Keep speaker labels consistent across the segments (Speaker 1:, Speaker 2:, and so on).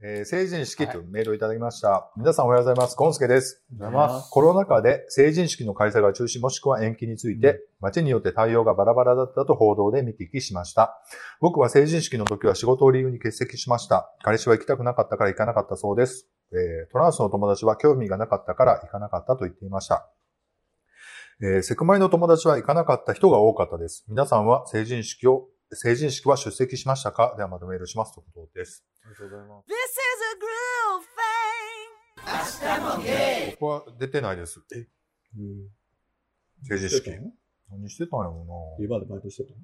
Speaker 1: えー、成人式というメールをいただきました。皆さんおはようございます。ゴンスケです。
Speaker 2: おはようございます
Speaker 1: コロナ禍で成人式の開催が中止もしくは延期について、街によって対応がバラバラだったと報道で見聞きしました。僕は成人式の時は仕事を理由に欠席しました。彼氏は行きたくなかったから行かなかったそうです。えートランスの友達は興味がなかったから行かなかったと言っていました。えーセクマイの友達は行かなかった人が多かったです。皆さんは成人式を、成人式は出席しましたかではまとめるしますということです。
Speaker 2: ありがとうございます。
Speaker 3: This is a groove thing.
Speaker 1: 僕は出てないです。成人式。何してたんやろうな
Speaker 2: 湯。バーでバイトしてたの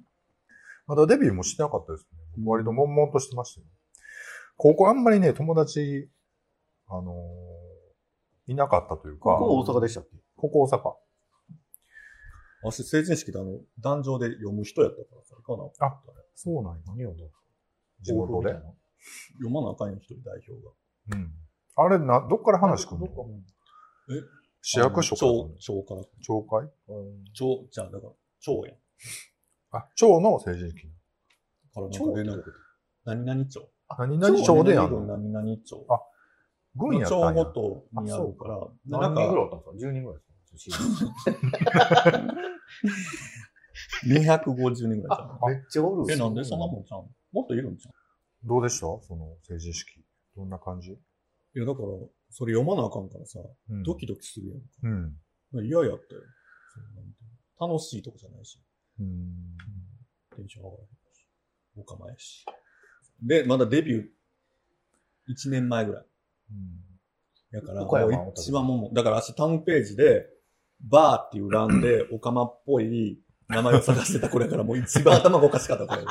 Speaker 1: まだデビューもしてなかったですね。僕割と悶々としてましたよ。高校あんまりね、友達、あのーいなかったというか。
Speaker 2: ここ大阪でしたっけ
Speaker 1: ここ大阪。
Speaker 2: あし、成人式であの、壇上で読む人やったからさ、行かなあかったね。
Speaker 1: そうなんや。
Speaker 2: 何読んだ
Speaker 1: 地元で。
Speaker 2: 読まなあかんよ、一人代表が。
Speaker 1: うん。あれな、どっから話くんの
Speaker 2: え
Speaker 1: 市役所か
Speaker 2: からら
Speaker 1: なの
Speaker 2: 町から。
Speaker 1: 町会
Speaker 2: 町、じゃあ、だから、町やん。
Speaker 1: あ、町の成人式。
Speaker 2: からなんか連絡何々町。
Speaker 1: 何々町でやん
Speaker 2: 町は
Speaker 1: の
Speaker 2: 何々何々町。
Speaker 1: あ軍やった
Speaker 2: 町
Speaker 1: ん
Speaker 2: ご
Speaker 1: や。
Speaker 2: とにあるから、でな
Speaker 4: 何
Speaker 2: ん
Speaker 4: 人ぐらい
Speaker 2: か、
Speaker 4: あったんですか ?10 人ぐらいですか年
Speaker 2: 250人ぐらいちゃう
Speaker 4: めっちゃおるっす
Speaker 2: え、
Speaker 4: ね
Speaker 2: なんでそんなもんちゃうんもっといるんちゃ
Speaker 1: どうでしたその成人式。どんな感じ
Speaker 2: ういや、だから、それ読まなあかんからさ、
Speaker 1: うん
Speaker 2: ドキドキするやんか。
Speaker 1: うん。
Speaker 2: 嫌やったよ。そんなんて楽しいとこじゃないし、
Speaker 1: うん。
Speaker 2: テンション上がらへんし、お構えし。で、まだデビュー1年前ぐらい。
Speaker 1: うん
Speaker 2: だから、
Speaker 4: 岡
Speaker 2: も
Speaker 4: 山
Speaker 2: う
Speaker 4: は
Speaker 2: 一番もう、だから明日タウンページで、バーっていう 欄で、オカマっぽい名前を探してたこれからもう一番頭がおかしかったこれ。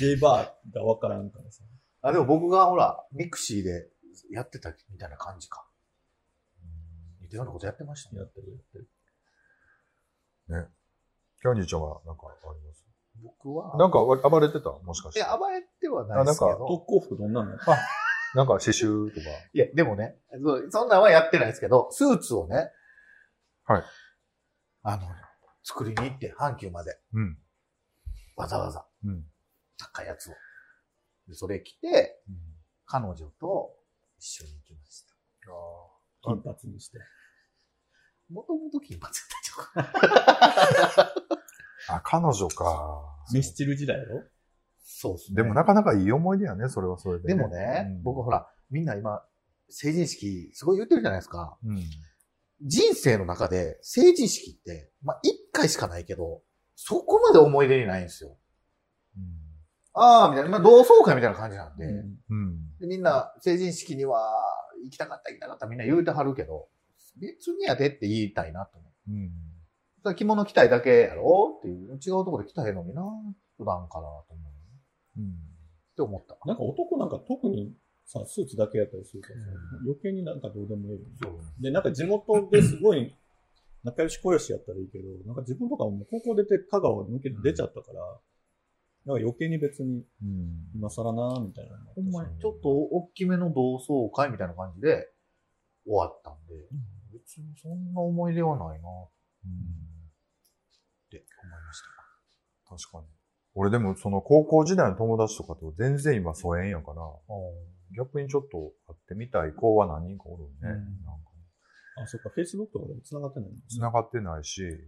Speaker 2: ゲイバーがわからんからさ。
Speaker 4: あ、でも僕がほら、ミクシーでやってたみたいな感じか。似たようなことやってましたね
Speaker 2: や。ってるやってる。
Speaker 1: キャニーちゃんはなんかあります
Speaker 4: 僕は、
Speaker 1: なんかわ暴れてたもしかし
Speaker 4: い
Speaker 1: て。
Speaker 4: や、暴れてはないですけ
Speaker 1: あなん
Speaker 4: ど。
Speaker 2: 特攻服どんなのやった
Speaker 1: なんか刺繍とか。
Speaker 4: いや、でもね、そうそんなんはやってないですけど、スーツをね、
Speaker 1: はい。
Speaker 4: あの、作りに行って、阪急まで、
Speaker 1: うん。
Speaker 4: わざわざ、
Speaker 1: うん。
Speaker 4: 高いやつを。でそれ着て、彼女と一緒に行きました。
Speaker 2: 金髪にして。
Speaker 4: もともと金髪だったとか。
Speaker 1: あ、彼女か。
Speaker 2: ミスチル時代やろ
Speaker 4: そうです
Speaker 1: でもなかなかいい思い出やね、それはそれで、
Speaker 4: でもね、
Speaker 1: うん
Speaker 4: 僕ほら、みんな今、成人式、すごい言ってるじゃないですか。
Speaker 1: うん。
Speaker 4: 人生の中で、成人式って、まあ、一回しかないけど、そこまで思い出にないんですよ。ああ、みたいな、まあ、同窓会みたいな感じなんで、
Speaker 1: うん。
Speaker 4: でみんな、成人式には、行きたかった、行きたかった、みんな言うてはるけど、別にやでって言いたいなと思う。
Speaker 1: うん。
Speaker 4: それ着物着たいだけやろっていう、違うところで着たいのにな、普段からと思う。
Speaker 1: うん。
Speaker 4: って思った。
Speaker 2: なんか男なんか特にさ、スーツだけやったりするからさ、
Speaker 4: う
Speaker 2: 余計になんかどうでもいいよね。
Speaker 4: そう
Speaker 2: で、なんか地元ですごい仲良し小良しやったらいいけど、なんか自分とかもう高校出て香川抜けて出ちゃったから、なんか余計に別に
Speaker 1: うん。
Speaker 2: 今更なーみたいなのもあ
Speaker 4: ほ
Speaker 2: ったし。
Speaker 4: んまに、ちょっと大きめの同窓会みたいな感じで終わったんで、別にそんな思い出はないなっ
Speaker 1: うん
Speaker 4: て思いまし
Speaker 1: 確かに。俺でもその高校時代の友達とかと全然今疎遠やから、
Speaker 4: た。
Speaker 1: 逆にちょっと会ってみたい子は何人かおるね。
Speaker 4: うん
Speaker 1: なんか
Speaker 2: あ、そっか、Facebook とかでも繋がってないの
Speaker 1: 繋がってないし、
Speaker 4: で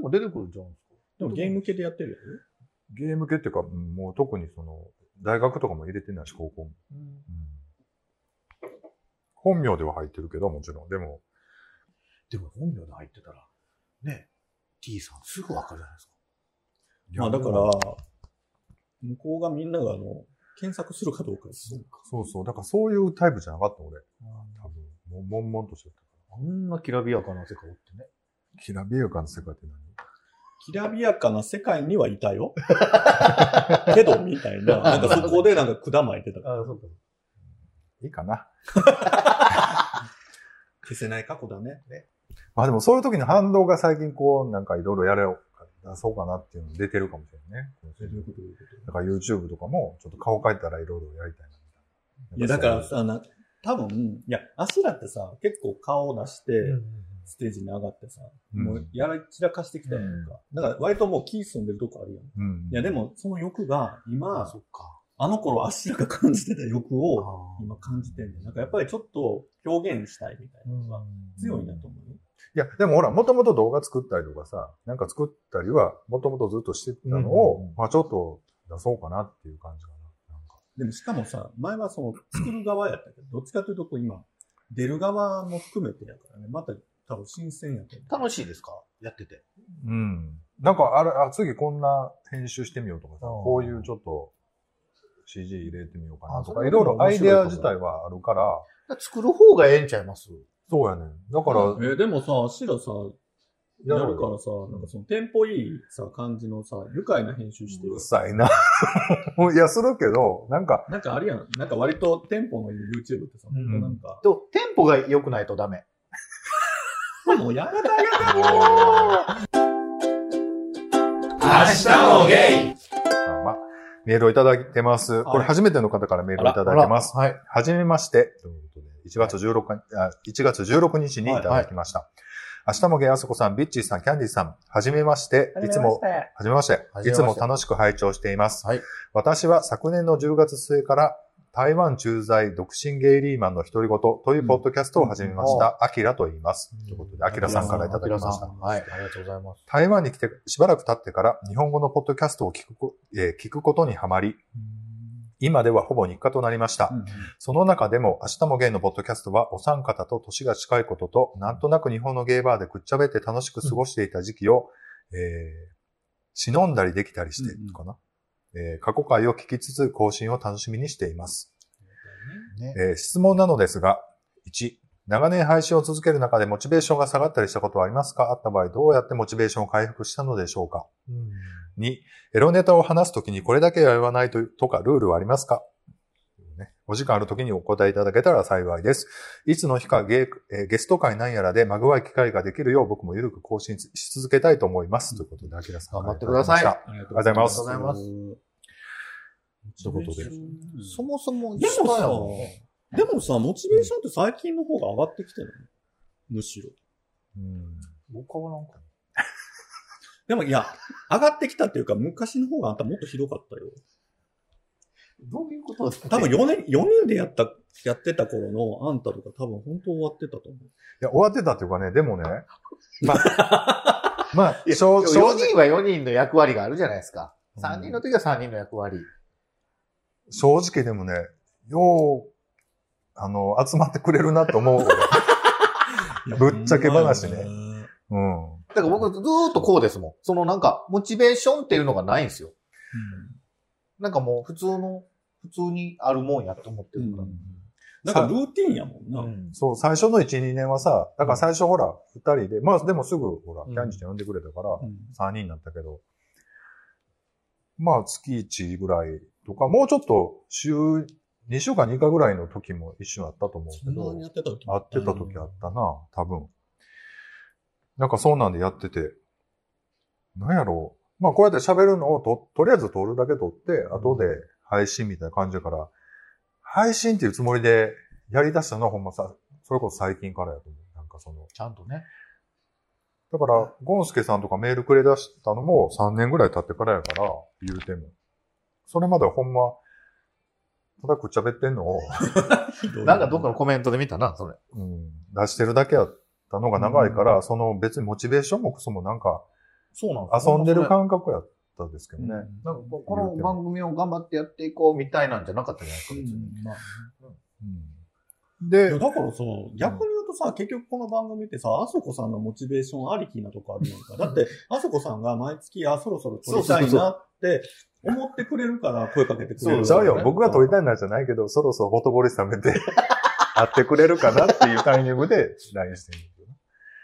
Speaker 4: も出てくるじゃん。
Speaker 2: でもゲーム系でやってるよね。
Speaker 1: ゲーム系っていうか、うんもう特にその、大学とかも入れてないし、高校も。本名では入ってるけど、もちろん。でも、
Speaker 4: でも本名で入ってたら、ね、T さんすぐわかるじゃないですか。
Speaker 2: まあだから、
Speaker 1: いや
Speaker 2: 向こうがみんながあの、検索するかどうかですね。
Speaker 1: そうそう。だからそういうタイプじゃなかった、俺。多分、もんもんもんとしてたか
Speaker 4: あんなきらびやかな世界おってね。
Speaker 1: ら。きらびやかな世界って何
Speaker 2: きらびやかな世界にはいたよ。けど、みたいな。なんかそこでなんか管巻いてたから。
Speaker 4: ああ、そうか。
Speaker 1: いいかな。
Speaker 2: 消せない過去だね。
Speaker 1: まあでもそういう時の反動が最近こう、なんかいろいろやれよう、出そうかなっていうの出てるかもしれないね。
Speaker 2: どういうことどういうこ
Speaker 1: だから YouTube とかも、ちょっと顔変えたらいろいろやりたいな
Speaker 2: とい
Speaker 1: み
Speaker 2: や、
Speaker 1: たいな。
Speaker 2: だから
Speaker 1: そういう、
Speaker 2: さ、な多分、いや、アシュラってさ、結構顔を出して、ステージに上がってさ、
Speaker 1: うん
Speaker 2: もうやら散らかしてきたやんか。だから割ともう気済んでるとこあるやん。い
Speaker 1: うん。
Speaker 2: や、でも、その欲が
Speaker 4: あ
Speaker 2: 今
Speaker 4: あ、、そっか。
Speaker 2: あの頃、あっしらが感じてた欲を、
Speaker 4: あ
Speaker 2: 今感じてんで、なんかやっぱりちょっと表現したいみたいなのが強いなと思うよ。
Speaker 1: いや、でもほら、もともと動画作ったりとかさ、なんか作ったりは、もともとずっとしてたのを、
Speaker 4: うんうんうん
Speaker 1: まあちょっと出そうかなっていう感じかな。なんか
Speaker 2: でもしかもさ、前はその作る側やったけど、どっちかというとこう今、出る側も含めてやからね、また多分新鮮やと
Speaker 4: ー
Speaker 2: 思う。
Speaker 4: 楽しいですかやってて。
Speaker 1: うん。なんか、あれ、あ、次こんな編集してみようとかさ、
Speaker 4: あー
Speaker 1: こういうちょっと CG 入れてみようかなと
Speaker 4: あそ
Speaker 1: か、
Speaker 4: れ
Speaker 1: いろいろアイデア
Speaker 4: 面白いと思う
Speaker 1: 自体はあるから、
Speaker 4: 作る方がええんちゃいます
Speaker 1: そうやねん。だから、
Speaker 2: えーでもさ、あっしらさ、や
Speaker 1: ろう
Speaker 2: る
Speaker 1: よ
Speaker 2: からさ、なんかそのテンポいいさ、感じのさ、愉快な編集して
Speaker 1: う
Speaker 2: る
Speaker 1: る。さいな。 いや、するけど、なんか、
Speaker 2: なんかあるやん。なんか割とテンポのいい YouTube ってさ、
Speaker 4: うん
Speaker 2: ほんとなんか、
Speaker 4: でも、テンポが良くないとダメ。
Speaker 2: もうやめたや
Speaker 4: 明日もゲイ
Speaker 1: あまあ、メールをいただいてます。これ初めての方からメールをいただいてます。
Speaker 4: はい。
Speaker 1: はじめまして。ということで、1月16日、あ1月16日にいただきました。明日もゲイあそこさん、ビッチーさん、キャンディーさん、はじめまして。いつも、はじめまして
Speaker 4: は。じ
Speaker 1: い
Speaker 4: めまし
Speaker 1: つ
Speaker 4: て
Speaker 1: も楽しく拝聴しています。
Speaker 4: はい
Speaker 1: 私は昨年の10月末から、台湾駐在独身ゲイリーマンの独り言というポッドキャストを始めました。アキラと言います。ということで、アキラさんからいただきました
Speaker 4: あきらさ。んはい。ありがとうございます。
Speaker 1: 台湾に来てしばらく経ってから日本語のポッドキャストを聞くこ,、えー聞くことにはまり、今ではほぼ日課となりました。その中でも、明日もゲイのポッドキャストは、お三方と年が近いことと、なんとなく日本のゲイバーでくっちゃべって楽しく過ごしていた時期を、えー忍んだりできたりして、
Speaker 2: うんうん
Speaker 1: かな、えー過去回を聞きつつ、更新を楽しみにしています。
Speaker 4: ね。
Speaker 1: えー質問なのですが、1、長年配信を続ける中でモチベーションが下がったりしたことはありますかあった場合、どうやってモチベーションを回復したのでしょうか2、エロネタを話すときにこれだけは言わないととかルールはありますかねお時間あるときにお答えいただけたら幸いです。いつの日かゲ,、えーゲスト会なんやらでまぐわい機会ができるよう僕もゆるく更新しし続けたいと思います。ということで、アキラさん。
Speaker 4: 頑張ってください
Speaker 1: あ
Speaker 2: ありがと
Speaker 1: りがとうございます。
Speaker 4: ありがとうございます
Speaker 1: ということで
Speaker 4: そもそも、
Speaker 2: でも
Speaker 4: 下や
Speaker 2: さ
Speaker 4: もんね、
Speaker 2: でもさ、モチベーションって最近の方が上がってきてるむしろ。
Speaker 1: うん
Speaker 4: 僕はなんか、
Speaker 2: でもいや、上がってきたっていうか、昔の方があんたもっとひどかったよ。
Speaker 4: どういうことですか
Speaker 2: 多分4年、四人でやった、やってた頃のあんたとか多分本当終わってたと思う。
Speaker 1: いや、終わってたっていうかね、でもね、まあ、まあ、正
Speaker 4: 4
Speaker 1: 正直、
Speaker 4: 人は4人の役割があるじゃないですか。3人の時は3人の役割。
Speaker 1: 正直でもね、よう、あの、集まってくれるなと思う。 ぶっちゃけ話ねうん。
Speaker 4: だから僕ずーっとこうですもん。そのなんか、モチベーションっていうのがないんですよ。なんかもう普通の、普通にあるもんやと思って
Speaker 2: う
Speaker 4: る
Speaker 2: ん
Speaker 4: から。
Speaker 2: なんかルーティンやもんな。
Speaker 4: うん
Speaker 1: そう、最初の1、2年はさ、だから最初ほら、2人で、まあでもすぐほら、
Speaker 4: うん
Speaker 1: キャンディーちゃん呼んでくれたから、
Speaker 2: うん
Speaker 1: 3人になったけど、まあ月1ぐらいとか、もうちょっと週、2週間2回ぐらいの時も一瞬あったと思う
Speaker 2: そ
Speaker 1: け
Speaker 2: んなに
Speaker 1: ど、
Speaker 2: やってた時
Speaker 1: あってた時あったな、多分。なんかそうなんでやってて、なんやろう。まあこうやって喋るのをと、とりあえず撮るだけ撮って、後で配信みたいな感じだから、配信っていうつもりでやり出したのはほんまさ、それこそ最近からやと思う。なんかその、
Speaker 4: ちゃんとね。
Speaker 1: だから、ゴンスケさんとかメールくれ出したのも3年ぐらい経ってからやから、言うても。それまではほんま、ただくっちゃべってんのを、
Speaker 4: なんかどっかのコメントで見たな、それ。
Speaker 1: うん、出してるだけやったのが長いから、その別にモチベーションもクソもなんか、
Speaker 4: そうな
Speaker 1: 遊んでる
Speaker 4: か。
Speaker 1: 感覚やったんですけどね。
Speaker 4: なんかここの番組を頑張ってやっていこうみたいなんじゃなかったじゃないですか、別に
Speaker 1: うん
Speaker 2: いや
Speaker 1: で、
Speaker 2: だからさ、逆に言うとさ、結局この番組ってさ、あそこさんのモチベーションありきなとこあるや んか。だって、あそこさんが毎月、あ、そろそろ撮りたいなって思ってくれるから声かけてくれる。
Speaker 1: ちゃうよ
Speaker 2: ね。
Speaker 1: 僕が撮りた
Speaker 2: い。
Speaker 1: いなんじゃないけど、そろそろほとぼり冷めて、会ってくれるかなっていうタイミングで LINE してるんだけどね。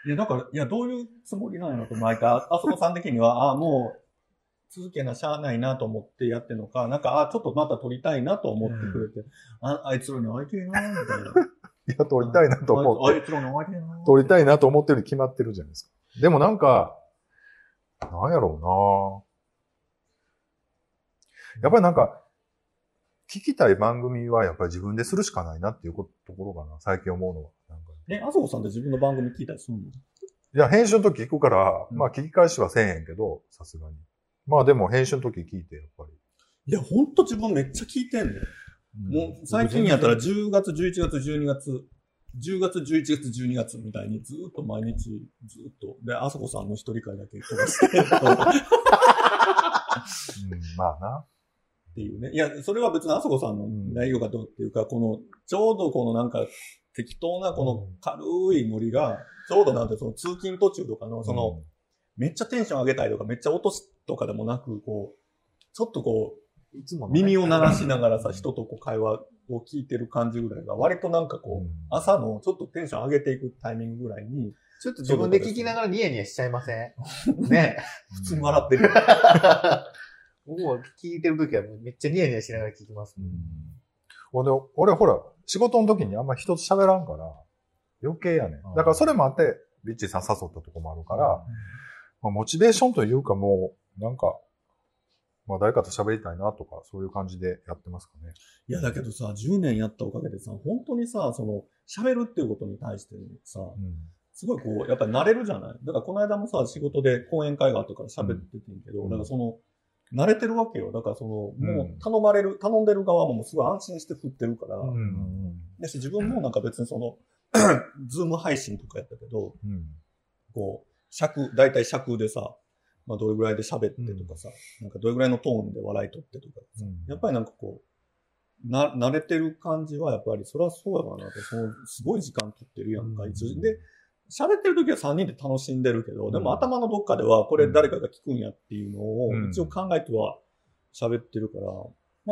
Speaker 2: いや、だから、いや、どういうつもりなんやろと、毎 回、ああそこさん的には、あ、もう、続けなしゃあないなと思ってやってんのか、なんか、あ、ちょっとまた撮りたいなと思ってくれて、ああいつらに会いてえな、みた い
Speaker 1: い
Speaker 2: な。
Speaker 1: や、撮りたいなと思って
Speaker 2: あ。いつらに会いてえな。
Speaker 1: 撮りたいなと思ってるに決まってるじゃないですか。でもなんか、なんやろうなやっぱりなんか、聞きたい番組はやっぱり自分でするしかないなっていうこところかな、最近思うのは。なんか
Speaker 2: え、あそこさんって自分の番組聞いたりするの
Speaker 1: いや、編集の時聞くから、
Speaker 2: うん
Speaker 1: まあ聞き返しはせえへんけど、さすがに。まあでも編集の時聞いて、やっぱり。
Speaker 2: いや、ほんと自分めっちゃ聞いてんの、よもう最近やったら10月、11月、12月、10月、11月、12月みたいにずーっと毎日、ずーっと。で、あそこさんの一人会だけ飛ばしてるとっ
Speaker 1: うんまあな。
Speaker 2: ていうね。いや、それは別にあそこさんの内容がどうっていうか、この、ちょうどこのなんか、適当なこの軽いノリが、ちょうどなんてその通勤途中とかの、その、めっちゃテンション上げたいとか、めっちゃ落とすとかでもなく、こう、ちょっとこ
Speaker 1: うん、いつも
Speaker 2: う、
Speaker 1: のね
Speaker 2: 耳を鳴らしながらさ、人とこう会話を聞いてる感じぐらいが、割となんかこ
Speaker 1: う
Speaker 2: う、
Speaker 1: ん
Speaker 2: 朝のちょっとテンション上げていくタイミングぐらいに、
Speaker 4: ちょっと自分で聞きながらニヤニヤしちゃいませんね。
Speaker 1: 普
Speaker 2: 普通に笑ってる。
Speaker 4: 僕は聞いてるときはめっちゃニヤニヤしながら聞きます
Speaker 1: う。んほんで、俺ほら、仕事の時にあんま人と喋らんから、余計やねん
Speaker 4: あ。ー
Speaker 1: だからそれもあって、リッチーさん誘ったとこもあるから、まあ、モチベーションというかもう、なんか、まあ誰かと喋りたいなとか、そういう感じでやってますかね。
Speaker 2: いや、だけどさ、10年やったおかげでさ、本当にさ、その、喋るっていうことに対してさ、すごいこう、やっぱり慣れるじゃないだからこの間もさ、仕事で講演会があったから喋っててんけど、
Speaker 1: うん
Speaker 2: だからその、慣れてるわけよ。だからその、
Speaker 1: うん
Speaker 2: もう頼まれる、頼んでる側ももうすごい安心して振ってるから、
Speaker 1: うん。うん。
Speaker 2: だし自分もなんか別にその、 ズーム配信とかやったけど、
Speaker 1: うん。
Speaker 2: こう、尺、大体尺でさ、まあどれぐらいで喋ってとかさ、なんかどれぐらいのトーンで笑い取ってとかさ、
Speaker 1: うん
Speaker 2: やっぱりなんかこう、な、慣れてる感じはやっぱり、それはそうやわなと、その、すごい時間取ってるやんか、
Speaker 1: うん
Speaker 2: 一応。で、喋ってる時は3人で楽しんでるけど、で
Speaker 1: う
Speaker 2: も
Speaker 1: ん
Speaker 2: 頭のどっかでは、これ誰かが聞くんやっていうのを
Speaker 1: う、ん
Speaker 2: 一応考えては喋ってるから、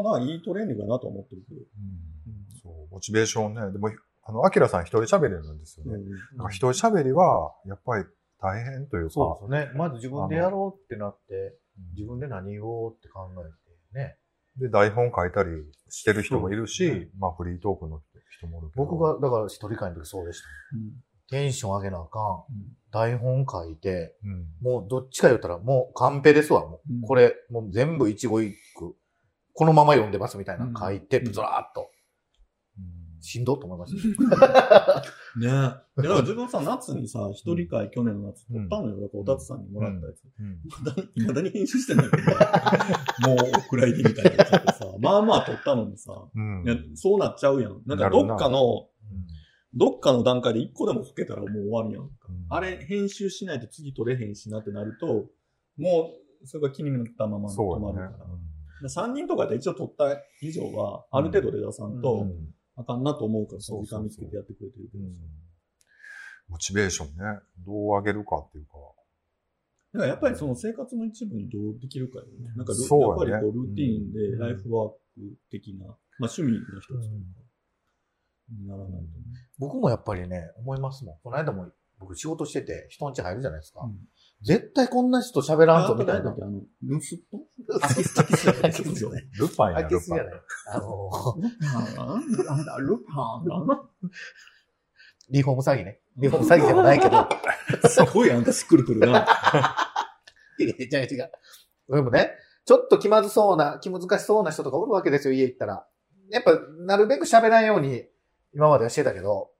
Speaker 2: まあなんかいいトレーニングだなと思ってるけど。
Speaker 1: うんそう、モチベーションね。でも、あの、アキラさん一人喋れるんですよね。
Speaker 2: うん
Speaker 1: なんか一人喋りは、やっぱり大変というか、
Speaker 4: そうですね。まず自分でやろうってなって、自分で何をって考えてね。
Speaker 1: で、台本書いたりしてる人もいるし、
Speaker 4: そうね
Speaker 1: まあフリートークの人もいるけど。
Speaker 4: 僕が、だから一人会の時そうでした。テンション上げなあかん。台本書いて、
Speaker 1: うん、
Speaker 4: もうどっちか言ったらもうカンペですわ。も
Speaker 2: うん
Speaker 4: うこれ、もう全部一語一句。このまま読んでますみたいなの書いて、
Speaker 2: うん
Speaker 4: ずらーっと。しんどっと思いました。
Speaker 2: ねえ。いやだから自分さ、夏にさ、一人会去年の夏撮ったのよ。だからおたつさんにもらったやつ。
Speaker 1: うん。
Speaker 2: いまだに編集してないけど、 もうお蔵入りみたいになっちゃってさ、まあまあ撮ったのにさ、
Speaker 1: うん。
Speaker 2: いやそうなっちゃうやん。なんか
Speaker 1: なるな
Speaker 2: どっかの、どっかの段階で一個でもこけたらもう終わるやん。あれ、編集しないと次撮れへんしなってなると、もう、それが気になったまま止
Speaker 1: そう
Speaker 2: まる
Speaker 1: や
Speaker 2: か
Speaker 1: ね
Speaker 2: ら。。で3人とかで一応撮った以上は、ある程度で出さん
Speaker 1: う
Speaker 2: と
Speaker 1: ん、
Speaker 2: あかんなと思うから、
Speaker 1: そ
Speaker 2: そうう時
Speaker 1: そうそう
Speaker 2: 間見つけてやってくれてるけ
Speaker 1: う
Speaker 2: ど
Speaker 1: ん
Speaker 2: さ。
Speaker 1: モチベーションね、どう上げるかっていうか。
Speaker 2: だからやっぱりその生活の一部にどうできるかよね。なんかル、
Speaker 1: そうやね
Speaker 2: やっぱりこうルーティーン
Speaker 1: う
Speaker 2: で
Speaker 1: ん
Speaker 2: ライフワーク的な、まあ趣味の一つとか
Speaker 4: うん
Speaker 2: にならないとね。
Speaker 4: 僕もやっぱりね、思いますもん。この間も僕仕事してて、人ん家入るじゃないですか。
Speaker 2: うん
Speaker 4: 絶対こんな人喋らんぞみたい
Speaker 2: あ
Speaker 4: な
Speaker 2: と。何だっけあの、ルスポ
Speaker 4: あきすじゃない。
Speaker 2: そうそう
Speaker 1: ルパンや
Speaker 4: あ
Speaker 1: ル
Speaker 4: きすじ
Speaker 1: パ
Speaker 4: ゃ
Speaker 1: ン。
Speaker 4: ない。あの、
Speaker 2: ルパンなんだ、ルパンなんだ
Speaker 4: リフォーム詐欺ね。リフォーム詐欺でも ないけど。
Speaker 2: すごいあんたしっくるくるな。
Speaker 4: いや違う違う。でもね、ちょっと気まずそうな、気難しそうな人とかおるわけですよ、家行ったら。やっぱ、なるべく喋らんように、今まではしてたけど、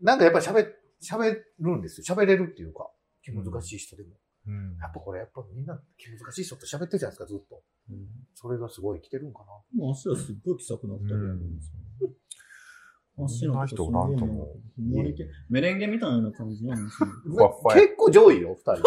Speaker 4: なんかやっぱ喋、喋るんですよ。喋れるっていうか、気難しい人でも。
Speaker 1: うん
Speaker 4: やっぱこれ、やっぱみんな気難しい人と喋ってるじゃないですか、ずっと。それがすごい来てるんか
Speaker 2: もう足はすっごい気さくなったりやるんですよ。足の
Speaker 1: そんな人おらんと思う
Speaker 2: すごいなメレンゲみたいな感じ なんですよ。
Speaker 1: ふわっ
Speaker 4: な。
Speaker 1: ふわや
Speaker 4: 結構上位よ、二 人。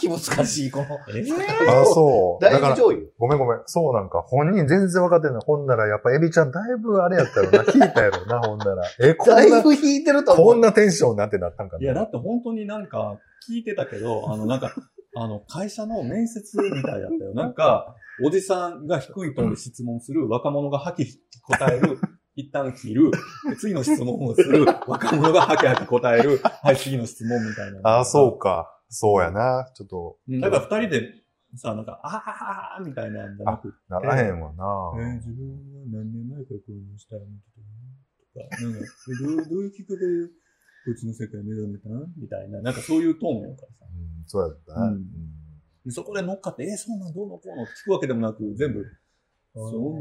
Speaker 4: 気難しい、この。
Speaker 2: え
Speaker 1: あ、そう。
Speaker 4: だ
Speaker 1: だ
Speaker 4: い
Speaker 1: から
Speaker 4: ぶ、上位よ。
Speaker 1: ごめんごめん。そうなんか、本人全然分かってない。ほんなら、やっぱエビちゃんだいぶあれやったよな。聞いたやろな、ほんなら。え、こん
Speaker 4: だい
Speaker 1: な、
Speaker 4: ぶ引いてると思う。
Speaker 1: こんなテンションなんてなったんかな。
Speaker 2: いや、だって本当になんか、聞いてたけど、あの、なんか、 あの、会社の面接みたいだったよ。なんか、おじさんが低いトーンで質問する、若者がハキハキ答える、 一旦切る、で次の質問をする、若者がハキハキ答える、はい、次の質問みたいな。
Speaker 1: あ、そうか。そうやな。ちょっと、
Speaker 2: うん。だから二人で、さ、なんか、あーみたいなんじゃなくて、
Speaker 1: ならへんわな。
Speaker 2: えー自分は何年前からこういうのしたいなとか、なんか、どう どういうきっかけで、こっちの世界目覚めたんみたいな、なんかそういうトーンやからさ。
Speaker 1: うん、そうやったな。
Speaker 2: う
Speaker 1: う
Speaker 2: ん
Speaker 1: ん
Speaker 2: でそこで乗っかって、えー、そうなんどうのこうのって聞くわけでもなく、全部、そう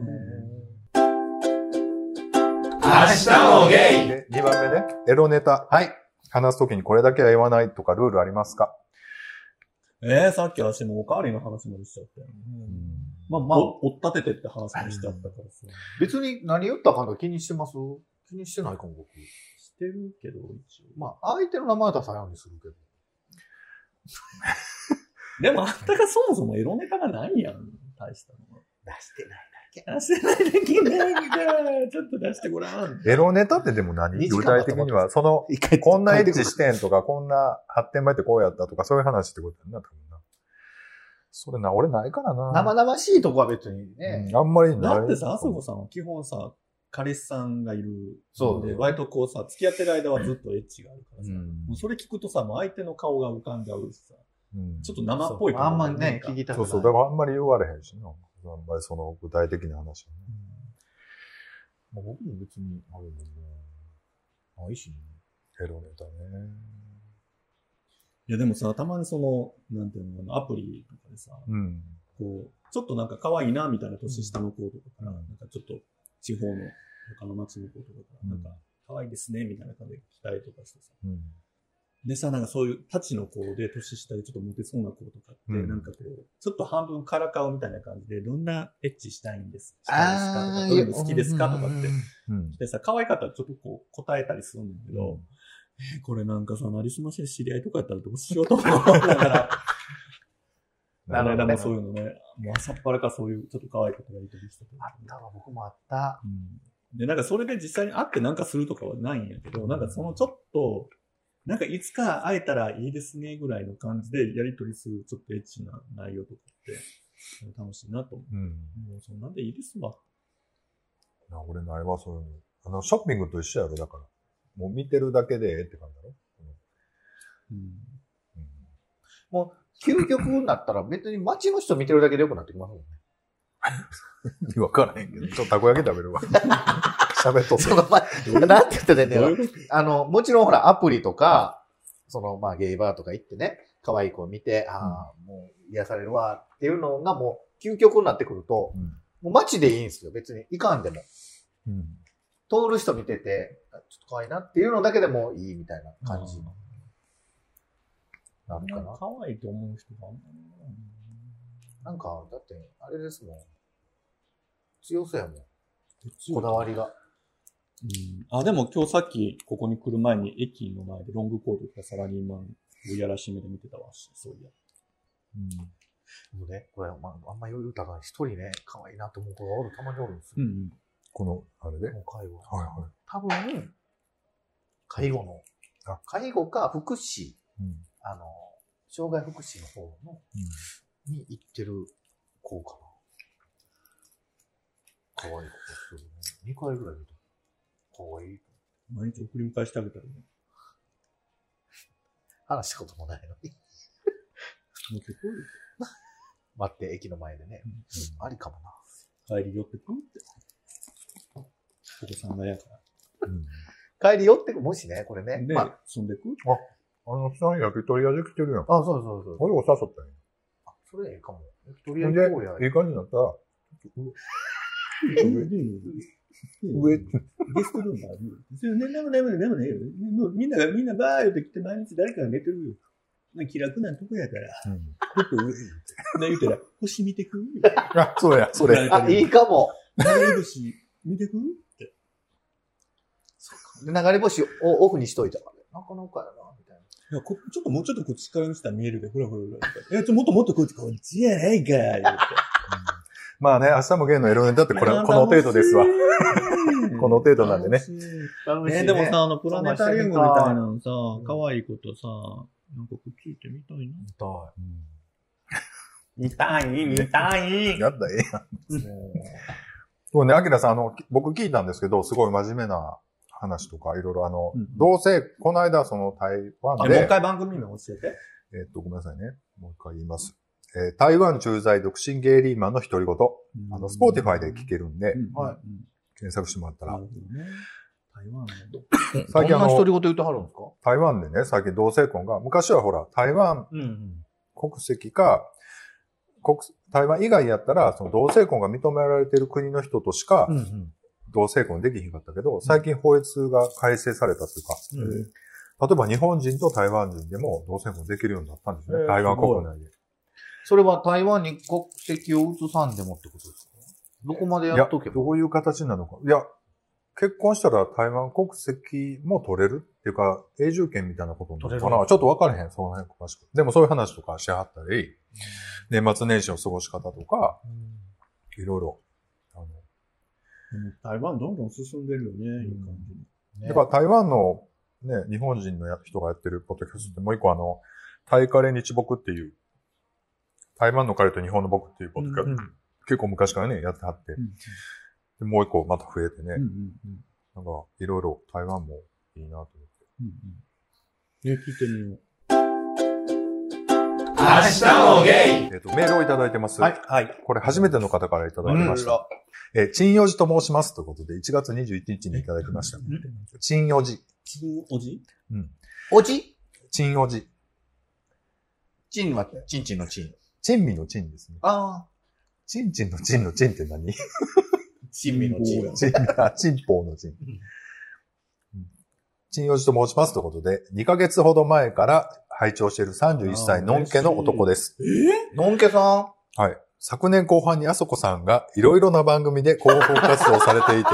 Speaker 2: なん
Speaker 4: 明日もゲ
Speaker 1: で、2番目ね。エロネタ。はい。話すときにこれだけは言わないとかルールありますか
Speaker 2: えー、さっき私もおかわりの話までしちゃったよ。
Speaker 1: うん
Speaker 2: まあまあ、
Speaker 4: お
Speaker 2: 追っ立ててって話もしちゃったからさ。
Speaker 4: 別に何言ったかなんか気にしてます気にしてないかも、僕。
Speaker 2: してるけど、一応。
Speaker 4: まあ、相手の名前は出さないようにするけど。
Speaker 2: でもあんたがそもそもエロネタがないやん、大したのは。
Speaker 4: 出してない。
Speaker 2: 出してないできないんだ。ちょっと出してごらん。
Speaker 1: エロネタってでも何
Speaker 4: 二時
Speaker 1: 具
Speaker 4: 間だ
Speaker 1: 体
Speaker 4: と
Speaker 1: 的
Speaker 4: 思って
Speaker 1: には、その、
Speaker 4: 一回
Speaker 1: こんなエ
Speaker 4: エ
Speaker 1: ッチしてんとか、こんな発展前ってこうやったとか、そういう話ってことやんな、多分な。それな、俺ないからな。
Speaker 4: 生々しいとこは別にね。
Speaker 1: うんあんまりない。
Speaker 2: だってさ、あさこさんは基本さ、彼氏さんがいる。
Speaker 4: そう
Speaker 2: で、割とこうさ、付き合ってる間はずっとエッチがあるからさ。
Speaker 1: うん
Speaker 2: もうそれ聞くとさ、もう相手の顔が浮かんじゃうしさ。
Speaker 1: うん
Speaker 2: ちょっと生っぽい
Speaker 4: そう
Speaker 2: とこ
Speaker 4: あ
Speaker 2: ろ
Speaker 4: ん
Speaker 2: が
Speaker 4: ま
Speaker 2: な
Speaker 4: り
Speaker 2: か
Speaker 4: ね、聞きたく
Speaker 1: そ
Speaker 4: な
Speaker 1: う
Speaker 4: い。
Speaker 1: そう、だからあんまり言われへんしな。あんまりその具体的な話はね。まあ僕も別にあるもんね。
Speaker 4: ないしね。
Speaker 1: エロネタね。
Speaker 2: いやでもさ、たまにその、なんていうのかな、アプリとかでさ、
Speaker 1: うん。
Speaker 2: こう、ちょっとなんか可愛いな、みたいな年下の子とかから、
Speaker 1: うん
Speaker 2: なんかちょっと地方の他の町の子とかから、なんか可愛いですね、みたいな感じで来たりとかしてさ。
Speaker 1: うん。
Speaker 2: でさ、なんかそういうたちの子で年下でちょっとモテそうな子とかって、
Speaker 1: うん
Speaker 2: なんかこう、ちょっと半分からかうみたいな感じで、どんなエッチしたいんです
Speaker 4: ああ、
Speaker 2: したいですかとか、どういうの好きですかとかって。
Speaker 1: うん。
Speaker 2: でさ、可愛かったらちょっとこう答えたりするんだけど、これなんかさ、なりすましで知り合いとかやったらどうしようと 思う。だから、
Speaker 4: な
Speaker 2: あ
Speaker 4: るほど
Speaker 2: の間
Speaker 4: ね
Speaker 2: もそういうのね、もう朝っぱらからそういうちょっと可愛いことがいたりしたけど
Speaker 4: あったわ、僕もあった。
Speaker 2: うんで、なんかそれで実際に会ってなんかするとかはないんやけど、なんかそのちょっと、なんかいつか会えたらいいですねぐらいの感じでやりとりするちょっとエッチな内容とかって楽しいなと思
Speaker 1: うん。
Speaker 2: う。もうそんなんでいいですわ。
Speaker 1: な俺ないわ、そういうの。あの、ショッピングと一緒やろ、だから。もう見てるだけでええって感じだろ。
Speaker 2: うん
Speaker 1: うん
Speaker 4: もう、究極になったら別に街の人見てるだけでよくなってきますもんね。
Speaker 1: 意味わからへんけど、ちょっとたこ焼き食べるわ。 喋っとっ て。
Speaker 4: その前、なんて言ってたんだ
Speaker 2: ど
Speaker 4: よ
Speaker 2: う いうこ
Speaker 4: あの、もちろんほら、アプリとか、その、まあ、ゲイバーとか行ってね、可愛い子を見て、ああ、もう癒されるわっていうのがもう、究極になってくると、
Speaker 1: うん
Speaker 4: もう街でいいんですよ、別に。いかんでも。
Speaker 1: うん。
Speaker 4: 通る人見てて、あちょっと可愛いなっていうのだけでもいいみたいな
Speaker 2: と
Speaker 4: 感じになるかな。
Speaker 2: 可愛いと思う人があんまりいない
Speaker 4: なんか、だって、あれですもん。強そうやもん。
Speaker 2: な。
Speaker 4: こだわりが。
Speaker 2: うんあ、でも今日さっきここに来る前に駅の前でロングコート着たサラリーマンをやらしめで見てたわ。そういや。
Speaker 4: もうね、これ、まあ、あんま余裕だから、一人ね、可愛いなと思う子がおる、たまにおるんですよ。
Speaker 2: ん。
Speaker 1: この、あれで。はい
Speaker 4: もう介護。
Speaker 1: は
Speaker 4: 多分、介護の
Speaker 1: あ、
Speaker 4: 介護か福祉、
Speaker 1: い。うん。
Speaker 4: あの、障害福祉の方の、に行ってる子かな。可愛い子ですよね。2回ぐらい見た。可愛い。
Speaker 2: 毎日送り迎えしてあげたらね、
Speaker 4: 話したこともないのに。
Speaker 2: もう結構
Speaker 4: 待って、駅の前でね。ありかもな。
Speaker 2: 帰り寄ってくるって。お子さんがやか
Speaker 1: うん
Speaker 4: 帰り寄ってく、もしね、これ
Speaker 2: ら。
Speaker 4: ね。
Speaker 2: で、
Speaker 4: まあ、
Speaker 2: 住んでく
Speaker 1: あの、さん焼き鳥屋できてるやん。
Speaker 4: あ、そうそうそうそ
Speaker 1: こ
Speaker 4: う。
Speaker 1: れお誘ったんや。
Speaker 4: それええかも。とりあ
Speaker 1: ほ
Speaker 4: え
Speaker 1: ん
Speaker 4: ず
Speaker 1: で、
Speaker 4: こう
Speaker 1: い
Speaker 4: や。
Speaker 1: い感じになったら、
Speaker 2: 上上ゲストルームあるよ。眠い眠い眠い眠い。もうみんながみんなバー言ってきて毎日誰かが寝てるよ。まあ気楽なとこやから。
Speaker 1: うん。
Speaker 2: ちょっと上言うたら、星見てく
Speaker 1: あ、そう や、それ。
Speaker 4: あ、いいかも。
Speaker 2: 流れ星見てく
Speaker 4: で流れ星をオフにしといたから。なかなかやな、みたいな。
Speaker 2: いやこちょっともうちょっとこっちから見せたら見えるで、ほらほらほら。え、ちょ、もっともっとこっち、こっちやないかい。
Speaker 1: まあね、明日もゲイのエロネタってこれ、この程度ですわ。。この程度なんでね。
Speaker 4: 楽
Speaker 2: ね、でもさ、あの、プラネタリウムみたいなのさ、可愛いことさ、なんかくっついてみたいな。見たい、見たい
Speaker 1: やったらええやん。そうね、アキラさん、あの、き僕聞いたんですけど、すごい真面目な話とか、いろいろ、あの、
Speaker 2: うん
Speaker 1: どうせ、この間、その、台
Speaker 2: あ
Speaker 1: 湾
Speaker 2: もう一
Speaker 1: で、
Speaker 2: 回番組名教えて。
Speaker 1: えっと、ごめんなさいね。もう一回言います。えー台湾駐在独身ゲイリーマンの独り言。あの、スポーティファイで聞けるんで、
Speaker 4: はい
Speaker 2: い。
Speaker 1: 検索してもらった
Speaker 2: なる
Speaker 1: ら
Speaker 2: ほど、ね。台湾の。
Speaker 1: 最近あの
Speaker 4: どんな独り言言ってはるんですか
Speaker 1: 台湾でね、最近同性婚が、昔はほら、台湾
Speaker 4: うんうん。
Speaker 1: 国籍か、国台湾以外やったら、その同性婚が認められてる国の人としか
Speaker 4: うんうん。
Speaker 1: 同性婚できひんかったけど、最近法律が改正されたというか、
Speaker 4: うん
Speaker 1: 例えば日本人と台湾人でも同性婚できるようになったんですね。
Speaker 2: へー
Speaker 1: 台湾国内で。
Speaker 4: それは台湾に国籍を移さんでもってことですかどこまで
Speaker 1: い
Speaker 4: や
Speaker 1: や、
Speaker 4: っとけば
Speaker 1: どういう形なのか。いや、結婚したら台湾国籍も取れるっていうか、永住権みたいなことなのか
Speaker 4: 取れ
Speaker 1: な
Speaker 4: る
Speaker 1: ちょっと分からへん、その辺詳しく。でもそういう話とかしはったり、年末年始の過ごし方とか、いろいろ。あの
Speaker 2: うん台湾どんどん進んでるよね、いい感じに。
Speaker 4: ね
Speaker 1: やっぱ台湾のね、日本人のや人がやってるポッドキャストってもう一個あの、タイカレー日僕っていう、台湾のカレーと日本の僕っていうポッドキャス
Speaker 4: う
Speaker 1: ト、
Speaker 4: んうん
Speaker 1: 結構昔からね、やってはって、
Speaker 2: ん
Speaker 1: でもう一個また増えてね、
Speaker 2: うんうんうん
Speaker 1: なんかいろいろ台湾もいいなと思って。
Speaker 2: うんうん。ね、聞いてみよう。
Speaker 1: えっ、と、メールをいただいてます。
Speaker 4: はい。はい。
Speaker 1: これ初めての方からいただきました。
Speaker 4: う
Speaker 1: えー、チンヨジと申しますということで、1月21日にいただきました。チンヨジ。
Speaker 2: チンおじ
Speaker 1: うん。
Speaker 4: おじ
Speaker 1: チンヨジ。
Speaker 4: チンは、チンチンのチン。
Speaker 1: チンミのチンですね。
Speaker 4: ああ。
Speaker 1: チンチンのチンのチンって何
Speaker 4: チンミのチン。
Speaker 1: チン、あ、チンポウのチン。チンヨジと申しますということで、2ヶ月ほど前から拝聴している31歳のんけの男です。
Speaker 4: のんけさ
Speaker 1: はい。昨年後半にあそこさんがいろいろな番組で広報活動をされていて、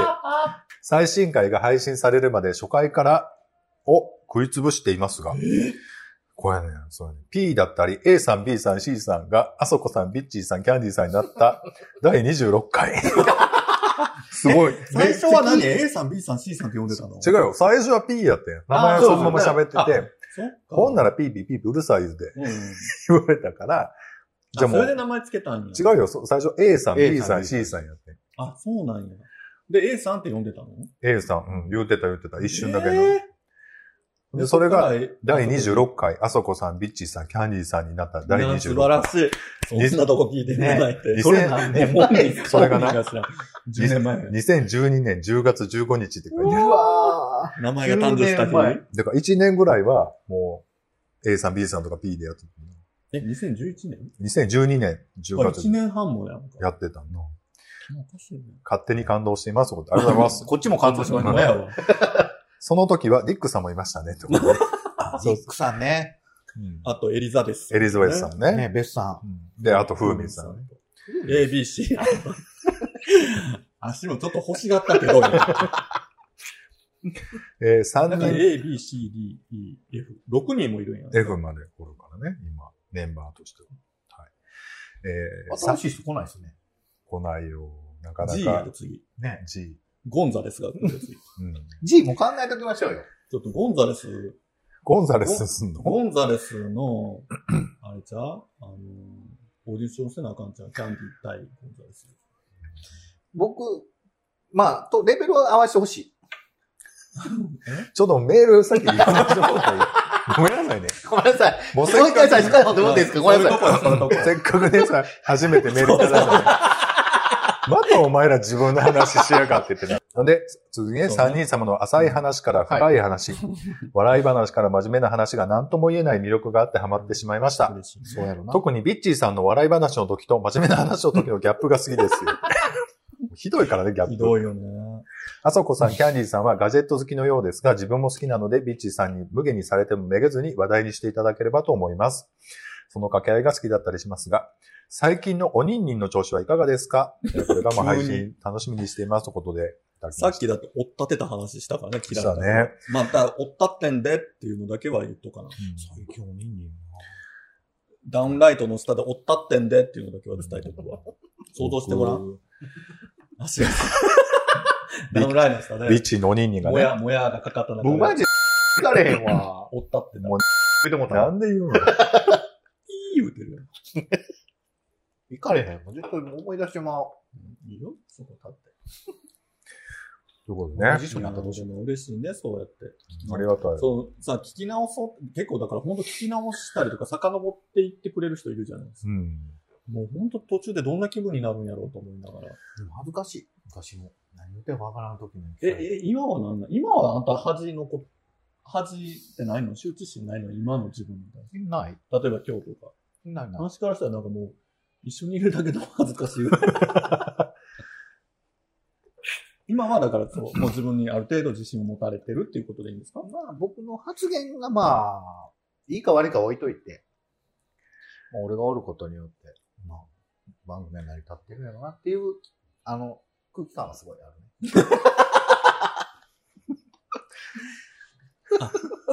Speaker 1: 最新回が配信されるまで初回からを食いつぶしていますが、これね、そうね、P だったり A さん、B さん、C さんがあそこさん、ビッチーさん、キャンディーさんになった第26回。すごい。
Speaker 2: 最初は何 ?A さん、B さん、C さんって呼んでたの
Speaker 1: 違うよ。最初は P やってん。名前をそのまま喋って
Speaker 2: あそう
Speaker 1: て、
Speaker 2: そっか。
Speaker 1: ほんならピーピーピーピーうるさいで
Speaker 2: うんうん。
Speaker 1: 言われたから、じゃあも
Speaker 2: あそれで
Speaker 1: う、
Speaker 2: 名前つけたんや。
Speaker 1: 違うよ。そ最初 A さん、
Speaker 4: A
Speaker 1: B さ
Speaker 4: さん
Speaker 1: ん、C さんやってん。
Speaker 2: あ、そうなんや。で、A さんって呼んでたの
Speaker 1: A さん、うん、言うてた言うてた。一瞬だけ
Speaker 2: え
Speaker 1: ど。
Speaker 2: ー
Speaker 1: でそれが
Speaker 2: そっから
Speaker 1: 第26回、あそこさん、ビッチーさん、キャンディーさんになった第
Speaker 2: いや素晴
Speaker 1: 26
Speaker 2: らしい。そんなとこ聞いてね
Speaker 1: ね
Speaker 2: ないって。
Speaker 1: 2000
Speaker 2: それ何年もに
Speaker 1: それがな
Speaker 2: 10年前。
Speaker 1: 2012年10月15日って書いてある。
Speaker 4: ん。うわ
Speaker 2: 名前が誕生した
Speaker 4: 10年
Speaker 2: 日。
Speaker 4: 前
Speaker 1: だから1年ぐらいは、もう、A さん、B さんとか P でやってた。
Speaker 2: え、2011年
Speaker 1: 2012年10
Speaker 2: あ
Speaker 1: 月
Speaker 2: 一年半もやんか。
Speaker 1: やってたの。
Speaker 2: おかしいね。
Speaker 1: 勝手に感動しています。ありがとうございます。
Speaker 4: こっちも感動しました
Speaker 2: ほんまや
Speaker 4: ね。
Speaker 2: わ。
Speaker 1: その時はディックさんもいましたね、ってことで
Speaker 4: ディックさんね。
Speaker 1: うん
Speaker 2: あと、エリザベス。
Speaker 1: エリザベスさんね。
Speaker 4: ね、ベスさ
Speaker 1: うんで、あと、フーミンさん。。
Speaker 2: ABC。足もちょっと欲しがったけど、だ
Speaker 1: えー、3
Speaker 2: から
Speaker 1: 人
Speaker 2: A, B, C, D, E, F。6人もいるんや。
Speaker 1: F までおるからね、今、メンバーとしては。はい。えー、
Speaker 4: ん。
Speaker 1: さ
Speaker 4: 新しい人来ないですね。
Speaker 1: 来ないよ。なかな
Speaker 2: G
Speaker 1: か
Speaker 2: が。次。
Speaker 4: ね。
Speaker 1: G。
Speaker 2: ゴンザレスが来る次。
Speaker 1: うん。
Speaker 4: G も考えときましょうよ。
Speaker 2: ちょっとゴンザレス、
Speaker 1: ゴンザレスすんの
Speaker 2: ゴンザレスの、あれちゃうあの、オーディションせなあかんちゃうキャンディー対ゴンザレス。
Speaker 4: 僕、まあ、と、レベルを合わせてほしい。
Speaker 1: ちょっとメール先言いましょうか。ごめんなさいね。
Speaker 4: ごめんなさい。
Speaker 1: もうせ
Speaker 4: もう
Speaker 1: っ
Speaker 4: 一回
Speaker 1: か
Speaker 4: 最初から読んでいいですかごめんなさい。
Speaker 2: い。そういうとこやそう
Speaker 1: せっかくねさ、初めてメールいただいたのにまたお前ら自分の話しやがってってな。ので、次ね、
Speaker 2: そうね
Speaker 1: 三人様の浅い話から深い話、笑い話から真面目な話が何とも言えない魅力があってハマってしまいました。
Speaker 2: いうとこ嬉しい
Speaker 4: そうやろな。
Speaker 1: 特にビッチーさんの笑い話の時と真面目な話の時のギャップが好きです よ。ひどいからね、ギャップ。
Speaker 2: ひどいよね。
Speaker 1: あそこさん、キャンディーさんはガジェット好きのようですが、自分も好きなので、ビッチーさんに無下にされてもめげずに話題にしていただければと思います。その掛け合いが好きだったりしますが、最近のおにんにんの調子はいかがですかこれがまあ配
Speaker 2: 急
Speaker 1: 信楽しみにしていますということで、いただき
Speaker 2: さ
Speaker 1: ま
Speaker 2: っ
Speaker 1: し
Speaker 2: きだって追っ立てた話したからね、嫌い
Speaker 1: た。ね。
Speaker 2: また追っ立ってんでっていうのだけは言っとかな。
Speaker 4: 最近おにんにん
Speaker 2: ダウンライトの下で追っ立ってんでっていうのだけは伝えておくわ。想像してごらん。
Speaker 1: 僕
Speaker 2: 足が。ダウンライトの下
Speaker 1: ビッ
Speaker 2: で、
Speaker 1: チーのおにんにんが
Speaker 2: も
Speaker 1: ね。
Speaker 2: やもやがかかった中
Speaker 4: 僕マジ
Speaker 2: で、
Speaker 4: で疲れへんわ。
Speaker 2: 追っ立ってな。
Speaker 1: もう
Speaker 4: 見てもうた
Speaker 1: な
Speaker 4: ら。
Speaker 1: んで言うの
Speaker 2: いい言うてるやん。
Speaker 4: 行かれへんわ。絶対思い出してまう。
Speaker 2: いいよ、そこ立って。
Speaker 1: ということでね。
Speaker 4: 辞書なんかどうし
Speaker 2: でも嬉しいね、そうやって。
Speaker 1: ありがたい。
Speaker 2: そう、さ、聞き直そう、結構だから本当聞き直したりとか遡っていってくれる人いるじゃないです
Speaker 1: う
Speaker 2: か。
Speaker 1: ん。
Speaker 2: もう本当途中でどんな気分になるんやろうと思いながら。
Speaker 4: でも恥ずかしい。昔も。何言ってもわからん時に。
Speaker 2: え、え、今はなんなん今はあんた恥のこ、恥ってないの羞恥心ないの今の自分みたい
Speaker 4: ない
Speaker 2: な。例えば今日とか。
Speaker 4: ないない。
Speaker 2: 話からしたらなんかもう、一緒にいるだけでも恥ずか しい。今はだからそう、もう自分にある程度自信を持たれてるっていうことでいいんですか
Speaker 4: まあ、僕の発言がまあ、いいか悪いか置いといて、もう俺がおることによって、まあ、番組が成り立ってるんやろなっていう、あの、空気感はすごいあるね。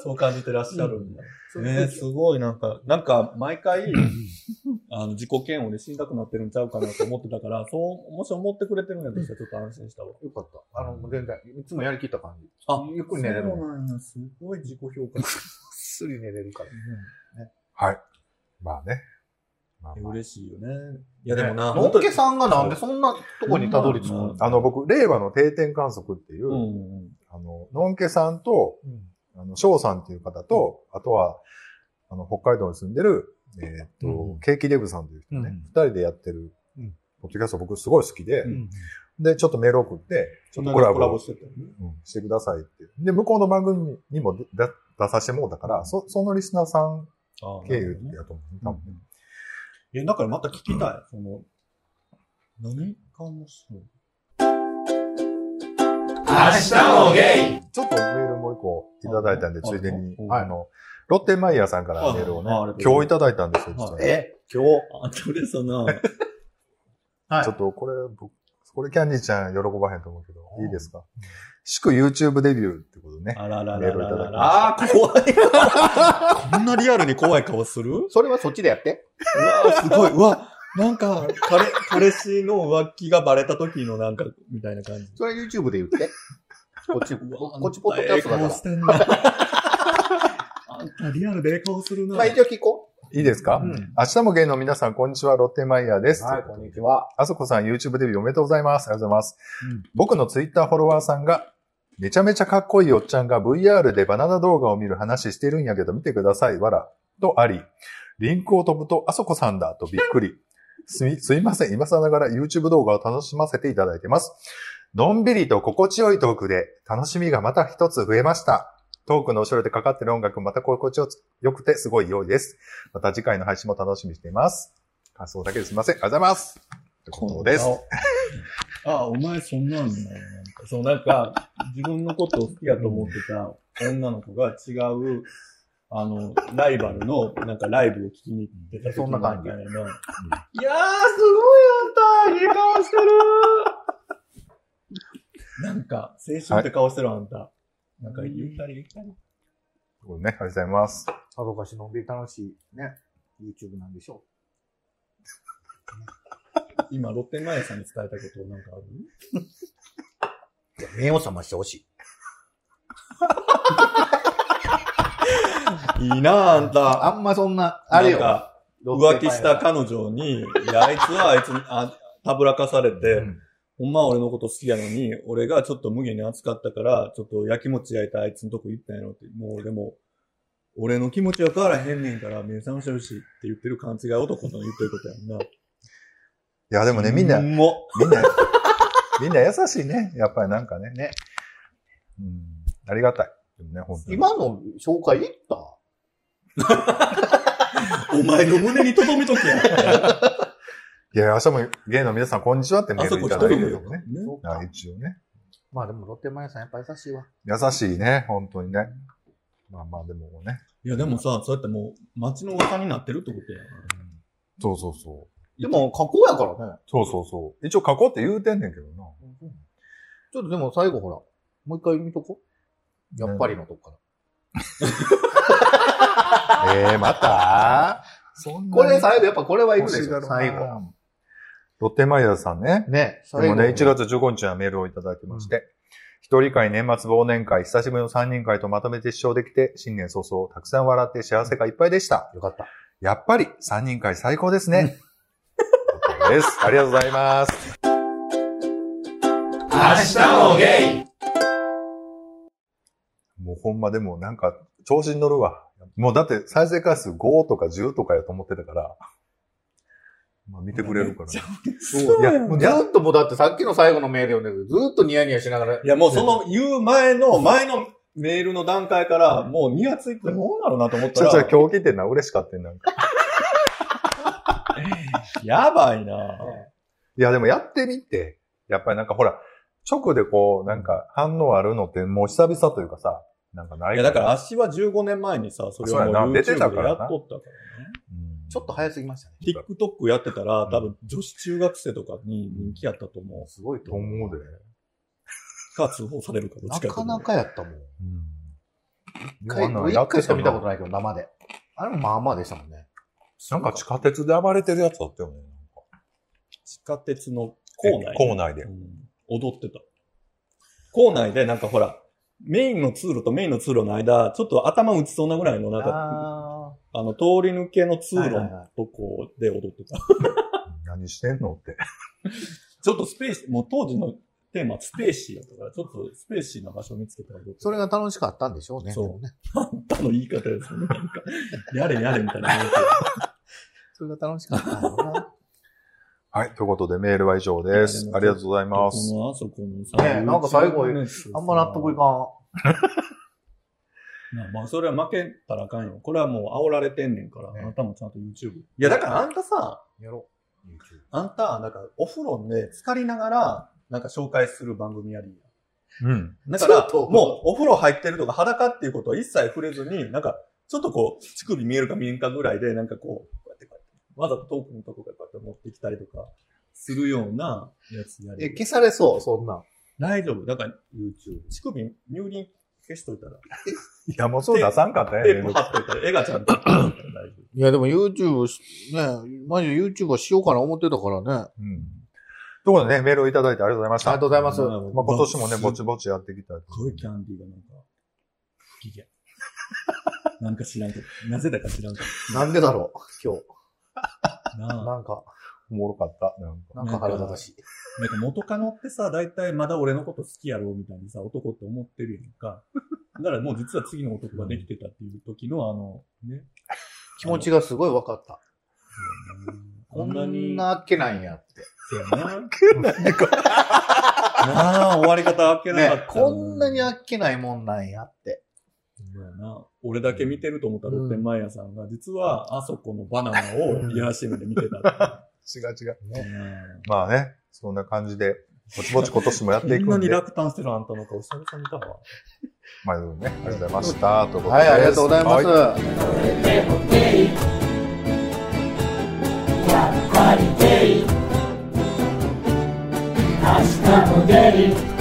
Speaker 2: そう感じてらっしゃるんだ。
Speaker 4: うん
Speaker 2: ねえすごいなんか、なんか毎回、 あの、自己嫌悪で死にたくなってるんちゃうかなと思ってたから、そう、もし思ってくれてるんやとしたらちょっと安心したわ。
Speaker 4: よかった。あの、もう全然、いつもやりきった感じ。
Speaker 2: あ
Speaker 4: ゆっくり寝れる
Speaker 2: そ
Speaker 4: もん。
Speaker 2: うなんや、すごい自己評価。
Speaker 4: すり寝れるから。
Speaker 1: はい。まあね。まあまあ
Speaker 2: 嬉しいよね。いやでも
Speaker 4: の
Speaker 2: な、本
Speaker 4: っ
Speaker 2: 当に
Speaker 4: けさんがなんでそんなとこにたどり着く
Speaker 2: うん
Speaker 4: の
Speaker 1: あの、僕、令和の定点観測っていう、
Speaker 2: うんうん。
Speaker 1: あの、のんけさんと、あの、翔さんっていう方と、あとは、あの、北海道に住んでる、えーっと、
Speaker 4: うん
Speaker 1: ケーキデブさんという人ね、
Speaker 4: うん
Speaker 1: 二、人でやってる
Speaker 4: うん、
Speaker 1: ポッドキャスト僕すごい好きで、
Speaker 2: うん
Speaker 1: で、ちょっとメール送って、ち
Speaker 2: そ
Speaker 1: ょ
Speaker 2: ん
Speaker 1: っ
Speaker 2: な
Speaker 1: と
Speaker 2: コ
Speaker 1: コ
Speaker 2: ラ
Speaker 1: ラ
Speaker 2: ボ
Speaker 1: ボ
Speaker 2: してたよね。
Speaker 1: うんしてくださいって。で、向こうの番組にも出出出させてもうだから、そ、そのリスナーさん
Speaker 2: ああ
Speaker 1: 経由やと思う。多分
Speaker 2: え、だからまた聞きたい。その、何かもしれない。
Speaker 1: ちょっとメールもう一個いただいたんで、
Speaker 2: あ
Speaker 1: ついでに
Speaker 2: あ、
Speaker 1: あの、ロッテンマイヤーさんからメールをね
Speaker 2: ああありがとうご
Speaker 1: 今日
Speaker 2: ざいま、す
Speaker 1: いただいたんですよ、実は。
Speaker 2: はい
Speaker 1: ち
Speaker 4: え今日。
Speaker 2: あ、それその、
Speaker 4: はい
Speaker 1: ょっとこれ、僕これキャンディちゃん喜ばへんと思うけど、いいですか祝 YouTube デビューってことね。
Speaker 2: あららら
Speaker 1: メー
Speaker 2: ら
Speaker 1: ルいただきま
Speaker 2: らら。ああ、怖い。こんなリアルに怖い顔する
Speaker 4: それはそっちでやって。
Speaker 2: うわ、すごい。うわ、なんか、彼、彼氏の浮気がバレた時のなんか、みたいな感じ。
Speaker 4: それは YouTube で言って。こっち、
Speaker 2: うわ
Speaker 4: ここっちポッドキャストだか
Speaker 2: え
Speaker 4: ら
Speaker 2: え顔し。てんな。あんたリアルでええ顔するな。
Speaker 4: まあ一応聞こ
Speaker 1: いいですか、
Speaker 2: うん
Speaker 1: 明日もゲイの皆さん、こんにちは、ロッテンマイヤーで
Speaker 4: う。
Speaker 1: す。
Speaker 4: ちは。
Speaker 1: あそこさん、YouTube デビューおめでとうございます。ありがとうございます。
Speaker 2: うん
Speaker 1: 僕の Twitter フォロワーさんが、めちゃめちゃかっこいいおっちゃんが VR でバナナ動画を見る話してるんやけど見てください、わら。とあり、リンクを飛ぶと、あそこさんだ、とびっくり。すみ、すいません。今更ながら YouTube 動画を楽しませていただいてます。のんびりと心地よいトークで、楽しみがまた一つ増えました。トークの後ろでかかってる音楽、また心地よくてすごい良いです。また次回の配信も楽しみにしています。感想だけですいません。ありがとうございます。ということです。
Speaker 2: ああ、お前そんなんなんだよなんかそう、なんか、自分のことを好きやと思ってた女の子が違う、あの、ライバルの、なんかライブを聞きに行ってた時
Speaker 4: そんな感じ
Speaker 2: みたいな。いやー、すごいあんたいい顔してるなんか、青春って顔してるあんた。なんか、ゆったりゆった
Speaker 1: と
Speaker 2: り。
Speaker 1: いうことでね、ありがとうございます。
Speaker 4: さぞかしのんびり楽しいね、YouTube なんでしょ
Speaker 2: 今、ロッテンマイヤーさんに伝えたことなんかある
Speaker 4: う。いや、目を覚ましてほしい。
Speaker 2: いいなあんた。
Speaker 4: あんまそんな、あれよ。
Speaker 2: なんか浮気した彼女に、いや、あいつはあいつに、あ、たぶらかされて、
Speaker 1: うん
Speaker 2: ほんまは俺のこと好きやのに、俺がちょっと無限に扱ったから、ちょっと焼きもち焼いたあいつのとこ行ったんやろって、もうでも、俺の気持ちは変わらへんねんから、目覚ましてほしいって言ってる勘違い男の言ってることやんな。
Speaker 1: いや、でもね、みんな、
Speaker 2: う
Speaker 1: みん
Speaker 2: も
Speaker 1: な、 みんな優しいね。やっぱりなんかね。
Speaker 4: ね。
Speaker 1: うん。ありがたい。でもね、本当に。
Speaker 4: 今の紹介いった
Speaker 2: お前の胸に留めとけや。
Speaker 1: いや、明日も芸の皆さん、こんにちはってメ
Speaker 2: あ
Speaker 1: ー
Speaker 2: そ
Speaker 1: ル
Speaker 2: こ
Speaker 1: い
Speaker 2: 一
Speaker 1: ただい
Speaker 2: 人
Speaker 1: て
Speaker 2: で
Speaker 1: る
Speaker 2: よ
Speaker 1: よね。
Speaker 2: ね。
Speaker 4: そう
Speaker 1: あ
Speaker 4: か。
Speaker 1: 一応ね。
Speaker 4: まあでも、ロッテマヤさんやっぱ優しいわ。
Speaker 1: 優しいね、本当にね。まあまあ、でもね。
Speaker 2: いや、でもさ、そうやってもう、街の噂になってるってことやな。
Speaker 1: そうそうそう。
Speaker 4: でも、加工やからね。
Speaker 1: そうそうそう。一応書こうって言うてんねんけどな。
Speaker 4: ちょっとでも最後ほら、もう一回見とこう。やっぱりのとこから。
Speaker 1: ええー、またそんな
Speaker 4: これ最後、やっぱこれはいるでしょ、最
Speaker 1: 最
Speaker 4: 後。
Speaker 1: 後。ロッテマイヤーさんね。
Speaker 4: ね、
Speaker 1: で
Speaker 4: 最
Speaker 1: も
Speaker 4: 後。
Speaker 1: ね、1月15日にはメールをいただきまして、一人会、年末忘年会、久しぶりの3人会とまとめて視聴できて、新年早々、たくさん笑って幸せがいっぱいでした。
Speaker 4: よかった。
Speaker 1: やっぱり3人会最高ですね。です。ありがとうございます。
Speaker 4: 明日もゲイ
Speaker 1: もうほんまでもなんか、調子に乗るわ。もうだって再生回数5とか10とかやと思ってたから、まあ見てくれるから、ね。
Speaker 4: そう
Speaker 1: いやもう
Speaker 4: ずーっともうだってさっきの最後のメール読んでるけどずーっとニヤニヤしながら
Speaker 2: い。や、もうその言う前の、前のメールの段階から、もうニヤついてどうなるなと思っ
Speaker 1: ち
Speaker 2: た
Speaker 1: ょちょ、
Speaker 2: ら、
Speaker 1: 今日来てんな、嬉しかったんなんか。
Speaker 2: やばいない
Speaker 1: や、でもやってみて、やっぱりなんかほら、直でこう、なんか反応あるのってもう久々というかさ、なんかない
Speaker 2: いや、だから、足は15年前にさ、それを
Speaker 1: そうやな
Speaker 2: もう
Speaker 1: 出てたか
Speaker 2: YouTube で
Speaker 1: らな
Speaker 2: やっとったからね。
Speaker 1: うん
Speaker 4: ちょっと早すぎましたね。
Speaker 2: TikTok やってたら、
Speaker 1: うん
Speaker 2: 多分女子中学生とかに人気やったと思
Speaker 4: すごいと
Speaker 1: と
Speaker 4: 思う。
Speaker 1: 思うで。
Speaker 2: う。か、通報されるかどっ
Speaker 4: な
Speaker 2: ちかやと
Speaker 4: か
Speaker 2: 思う
Speaker 4: なかやったもん。
Speaker 1: うん。
Speaker 4: 一回、
Speaker 1: もう
Speaker 4: も
Speaker 1: あんなの
Speaker 4: う
Speaker 1: や
Speaker 4: 一
Speaker 1: って
Speaker 4: 回しか見た
Speaker 1: な
Speaker 4: ことないけど、生で。あれもまあまあでしたもんね。
Speaker 1: なんか地下鉄で暴れてるやつだったよね。
Speaker 2: 地下鉄の構内。
Speaker 1: 構内で
Speaker 2: う。ん踊ってた。構内でなんかほら、メインの通路とメインの通路の間、ちょっと頭打ちそうなぐらいの、なんか、
Speaker 4: あ
Speaker 2: あの、通り抜けの通路
Speaker 4: はいはい
Speaker 2: の
Speaker 4: は
Speaker 2: とこで踊ってた。
Speaker 1: 何してんのって。
Speaker 2: ちょっとスペース、もう当時のテーマスペーシーやったから、ちょっとスペーシーな場所を見つけたら踊って
Speaker 4: ー
Speaker 2: た
Speaker 4: それが楽しかったんでしょうね。
Speaker 2: そう
Speaker 4: でもね。
Speaker 2: 他の言い方ですね。なんかやれやれみたいな。
Speaker 4: それが楽しかったんだろうな。
Speaker 1: はい、ということでメールは以上です。ありがとうござい
Speaker 2: こ
Speaker 1: ます。
Speaker 2: のあそこのさ、
Speaker 4: ねえなんか最後 あ
Speaker 2: あ
Speaker 4: んま納得いかん。
Speaker 2: なまあ、それは負けたらあかんよ。これはもう煽られてんねんから、
Speaker 4: ね
Speaker 2: あなたもちゃんと YouTube。いや、だからあんたさ、
Speaker 4: やろう。
Speaker 2: あんた、なんかお風呂で浸かりながら、なんか紹介する番組やりや。
Speaker 1: うん。
Speaker 2: だから、
Speaker 4: そう
Speaker 2: もうお風呂入ってるとか裸っていうことは一切触れずに、なんか、ちょっとこう、乳首見えるか見えんかぐらいで、なんかこう、こうやってこうやって、わざと遠くのとこからこうやって持ってきたりとか、するようなやつや
Speaker 4: え、
Speaker 2: り。
Speaker 4: 消されそう、そんなん。
Speaker 2: 大丈夫。だから、YouTube。乳首、乳輪消しといたら、
Speaker 1: いや、もうそう出さんかった
Speaker 2: テー
Speaker 1: よ
Speaker 2: プ
Speaker 1: ね。
Speaker 2: 貼っといたら、絵がちゃんと貼っといたら大丈夫。
Speaker 4: いや、でも YouTube し、ね、マジで YouTube はしようかな思ってたからね。
Speaker 1: うん。ということでね、メールをいただいてありがとうございまし
Speaker 4: ありが。と
Speaker 1: た
Speaker 4: うございます。
Speaker 2: まあ
Speaker 1: まあ、今年もね、ぼち
Speaker 2: すっ
Speaker 1: ぼちやっていきたいと思
Speaker 2: ご
Speaker 1: い
Speaker 2: い
Speaker 1: ます。
Speaker 2: キャンディーがなんか、不機嫌。なんか知らんけど、なぜだか知らんけ
Speaker 4: なんでだろう、今日。
Speaker 2: ど。なあ
Speaker 4: なんか、
Speaker 1: おもろかった。なんか。
Speaker 4: なんか腹立たしい。
Speaker 2: なんか元カノってさ、大体まだ俺のこと好きやろみたいにさ、男って思ってるやんか。だからもう実は次の男ができてたっていう時のあの、ね。
Speaker 4: 気持ちがすごい分かった。
Speaker 2: こ
Speaker 4: こ
Speaker 2: んなに。
Speaker 4: んなあっけないんやって。
Speaker 2: そうやな。なあ、終わり方あっけなかっ
Speaker 4: ね
Speaker 2: た、
Speaker 4: こんなにあっけないもんなんやって。
Speaker 2: そうやな俺だけ見てると思ったロッテンマイヤーさんが、実はあそこのバナナを癒やし目で見てたっ
Speaker 1: 違う違う。
Speaker 2: ていう。うん
Speaker 1: まあね、そんな感じで、ぼちぼち今年もやっていく
Speaker 2: こん
Speaker 1: ん
Speaker 2: なに
Speaker 1: で。
Speaker 2: 落胆してるあんたの顔久々に見たわ。
Speaker 1: まあ、でもね、ありがとうございました。ということで。
Speaker 4: はい、ありがとうございます。
Speaker 1: は
Speaker 5: 明日もデイ